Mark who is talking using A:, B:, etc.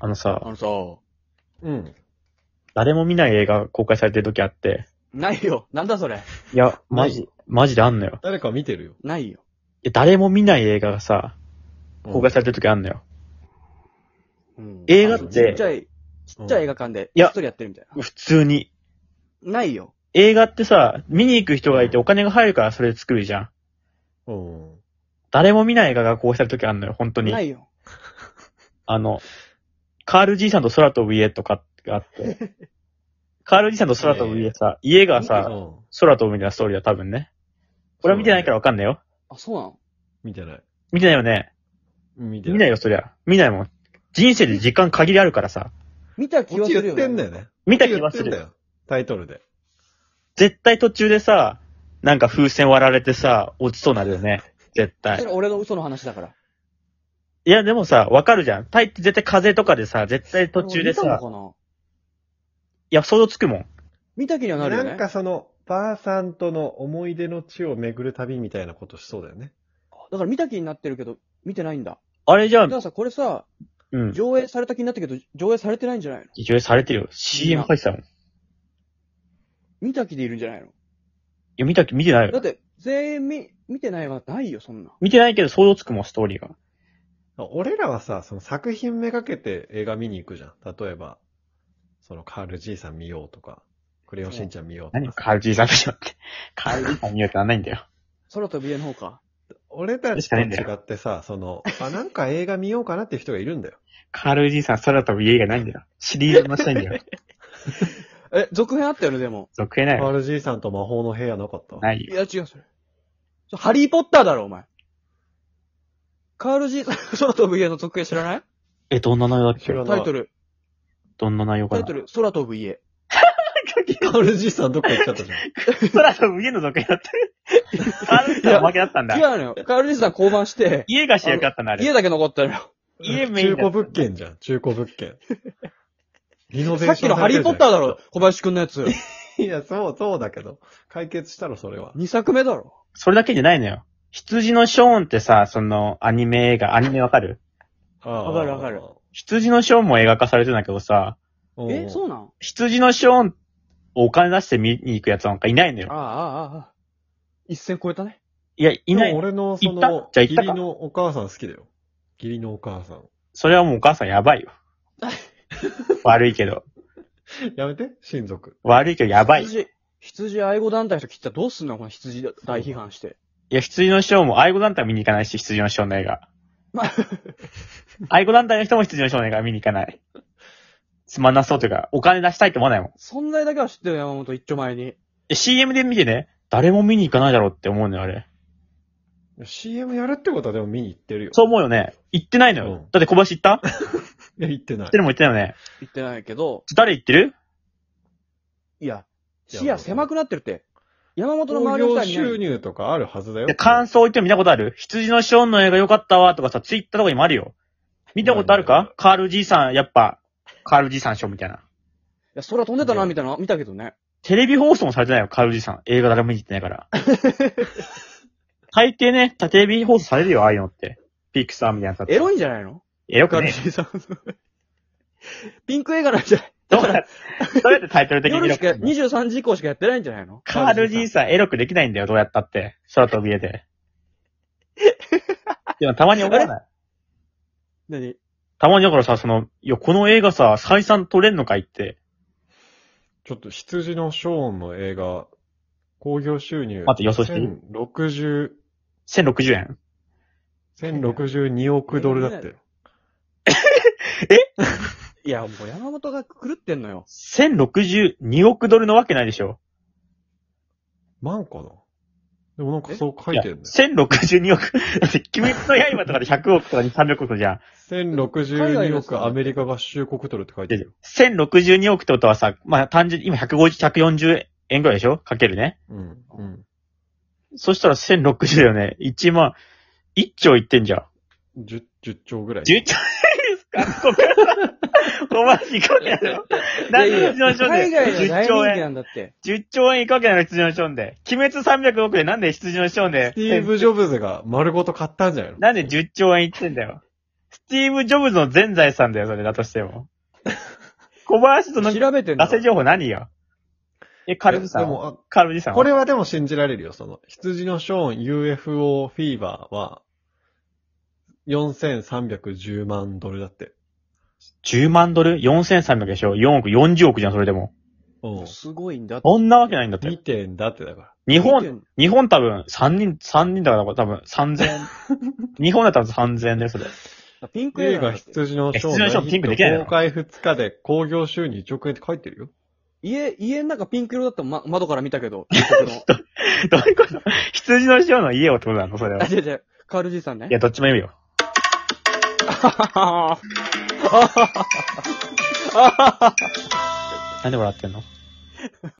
A: あのさ、
B: あのさ、
C: うん。
A: 誰も見ない映画公開されてる時あって、
B: ないよ。なんだそれ。
A: いや、マジ、マジであんのよ。
C: 誰か見てるよ。
B: ないよ。
A: いや、誰も見ない映画がさ、公開されてる時あんのよ。
B: うん
A: 映画って
B: あのちっちゃい、ちっちゃい映画館で、
A: いや
B: 一人やってるみたい
A: 普通に。
B: な。ないよ。
A: 映画ってさ、見に行く人がいてお金が入るからそれ作るじゃん。
C: うん。うん。
A: 誰も見ない映画が公開される時あんのよ、本当に
B: な。いよ。
A: あの、カールじいさんと空飛ぶ家とかがあ って、カールじいさんと空飛ぶ家さ、家が
C: う
A: さ、
C: ん
A: 空飛ぶみたいなストーリーだ、多分ね。俺は見てないからわかんないよ。
B: あ、そうなの
C: 見てない。
A: 見てないよね。
C: 見て
A: 見ないよ、。そりゃ。見ないもん。人生で時間限りあるからさ。
B: 見た気
C: こっ
B: はす
C: ち
B: る
C: 言
B: よ、
C: ってんだ
B: ね。
C: よね。
A: 見た気がす
C: こっち言ってんだ
A: る。
C: よ。タイトルで。
A: 絶対途中でさ、なんか風船割られてさ、落ちそうになるよね。絶
B: そ
A: 対
B: れ。俺の嘘の話だから。
A: いや、でもさ、わかるじゃん。タイって絶対風とかでさ、絶対途中で
B: 見た
A: さ、
B: のかない
A: や、想像つくもん。
B: 見た気にはなるよね。
C: なんかその、ばあさんとの思い出の地を巡る旅みたいなことしそうだよね。
B: だから見た気になってるけど、見てないんだ。
A: あれじゃ
B: だか
A: ん、
B: らさ、これさ、
A: うん。
B: 上映された気になったけど、上映されてないんじゃないの
A: 一応されてるよ。CM 入ってたもん。い
B: 見た気でいるんじゃないの
A: や、見た、見てない
B: だ
A: よ
B: っ。て、全員見、見てないはないよ、そんな。
A: 見てないけど想像つくもん、ストーリーが。
C: 俺らはさ、その作品めがけて映画見に行くじゃん。例えば、そのカールじいさん見ようとか、クレヨンしんちゃん見ようと
A: 何
C: か。
A: カールじいさん見ようって。カールじいさん見ようってなんないんだよ。
B: 空飛び家の方か。
C: 俺たちと違ってさ、その、あ、なんか映画見ようかなって人がいるんだよ。
A: カールじいさん空飛ぶ家がないんだよ。シリーズもしたいん だよ。
B: え、続編あったよね、でも。
A: 続編ない
C: カ
A: よ。
C: ールじいさんと魔法の部屋なかった
A: ない
B: い
A: よ。
B: や、違う、それ。それハリーポッターだろ、お前。カール G、空飛ぶ家の続編知らない
A: え、どんな内容だっけ
C: 知らない
B: タイトル、
A: どんな内容か
B: タイ
A: な
B: トル、空飛ぶ家。
C: カールじいさんどっか行っちゃったじゃん。
A: 空飛ぶ家の続編だった。 カールじいさんは負けだったん
B: 違う
A: だ。
B: のよ。カール G さん降板して、
A: 家が主役だったんだ、あれ。
B: 家だけ残った のよ。
A: 家メイ
C: 中
A: ンだった
C: 古物件じゃん、中古物件。リノベ
B: さ
C: ー
B: っ
C: シ
B: き
C: ョン
B: のハリーポッターだろ、小林くんのやつ。
C: きのいや、そう、そうだけど。解決したろ、それは。
B: 2作目だろ。
A: それだけじゃないのよ。羊のショーンってさ、その、アニメ映画、アニメわかる
C: わ
B: わかるわかる。
A: 羊のショーンも映画化されてんだけどさ、
B: え、そううなん
A: 羊のショーンをお金出して見に行くやつなんかいないの
B: ああ、
A: よ。
B: ああ、ああ。一線超えたね。
A: いや、い
C: い
A: な
C: ない
A: い。
C: 俺の、そ
A: 行っ
C: の、
A: たじゃあ
C: 義
A: 行ったか
C: 理のお母さん好きだよ。義理のお母さん。
A: それはもうお母さんや ばいよ。悪いけど。
C: やめて、親族。
A: 悪いけどやばい。い
B: 羊、羊愛護団体と切ったらどうすんのこの羊大批判して。
A: や、羊のショーンも愛護団体見に行かないし、羊のショーンの映画。
B: まあ、
A: 愛護団体の人も羊のショーンの映画見に行かない。つまんなそうというか、お金出したいって思わないもん。
B: 存在だけは知ってるよ、山本一丁前に。
A: え CM で見てね、誰も見に行かないだろうって思うのよ、あれ。
C: CM やるってことはでも見に行ってるよ。
A: そう思うよね。行ってないのよ。
C: うん
A: だって小林行った
C: いや、行ってない
A: 一。人も行ってないよね。
B: 言ってないけど、
A: 誰行ってる
B: いや、
C: いや
B: 視野狭くなってるって。山本の
C: 興
B: 周りの
C: 行
B: 人は
C: 収
B: いない。
C: 入とかあるはずだよ
A: で。感想言っても見たことある羊のショーンの映画良かったわとかさ、ツイッターとかにもあるよ。見たことある
C: ないな
A: かカールじいさん、やっぱ、カールじいさんショーみたいな。
B: いや、空飛んでたな、みたいな、見たけどね。
A: テレビ放送もされてないよ、カールじいさん。映画誰も見に行ってないから。大抵ね、テレビ放送されるよ、ああいうのって。ピクサーみたいなやつ。
B: エロ
A: い
B: いんじゃないの
A: エロく
B: ガル
A: ね
B: シーさん。 ピンク映画なんじゃない
A: どうだどうやってタイトル的に
B: 夜
A: エ
B: しか、
A: ロく
B: 23時以降しかやってないんじゃないの
A: カールじいさんエロくできないんだよ、どうやったって。空飛び家で。でもたまに怒らない。
B: 何
A: たまにだからさ、その、いや、この映画さ、採算取れんのかいって。
C: ちょっと羊のショーンの映画、興行収入。
A: 待って予想していい
C: 1060
A: 1060円。
C: 1062億ドルだって。
B: いや、もう山本が狂ってんのよ。
A: 1062億ドルのわけないでしょ。
C: 万かなでもなんか
B: え
C: そう書いてんだよ。
A: 1062億。 だって、鬼滅の刃とかで100億とかに300億じゃん。
B: 海外
C: 1062
B: の人
C: 億アメリカ合衆国ドルって書いてるよ。
A: 1062億ってことはさ、まあ、単純に今150、140円ぐらいでしょかけるね。
C: うん。うん。
A: そしたら1060だよね。1万、1兆いってんじゃん。
C: 10、10兆ぐらい。
A: 11兆円ですか ごめんなさい。お前、いかけなの何で羊のショー
B: 海外
A: ン
B: の
A: で10
B: 大人
A: 兆
B: 気
A: 円。
B: なんだって。
A: 10兆円いかわけないの、羊のショーンで。鬼滅300億でなんで羊のショーンで
C: ス。ティーブ・ジョブズが丸ごと買ったんじゃないの
A: なんで10兆円いってんだよ。スティーブ・ジョブズの全財産だよ、それだとしても。小林との
B: 調べてん
A: 出
B: だ。
A: せ情報何よえ、カルジさ
C: で
A: んは
C: も、
A: カルジさ
C: あ
A: んは
C: これはでも信じられるよ、その、羊のショーン UFO フィーバーは、4310万ドルだって。
A: 10万ドル ?4300 でしょ ?4 億、40億じゃん、それでも。
C: うん。
B: すごいんだって。
A: そんなわけないんだって
C: 2。点だってだか
A: 日本、
B: 本
A: 日本多分3人、3人だから多分3000。日本だったら3000だよ、それ。
B: ピンク
C: ら。
B: 映
C: 映
B: 画
C: 画
B: だって。
C: 羊のショーン
A: 羊のショーンピンクできないの
C: 公開2日で興行収入1億円って書いてるよ。
B: 家、家の中ピンク色だったま、窓から見たけど。
A: どういうこと羊の塩の家をってことなのそれ
B: あ、
A: は。い
B: 違う違う。カールじいさんね。
A: や、どっちも意味よ。
B: あははは
A: なんで笑ってんの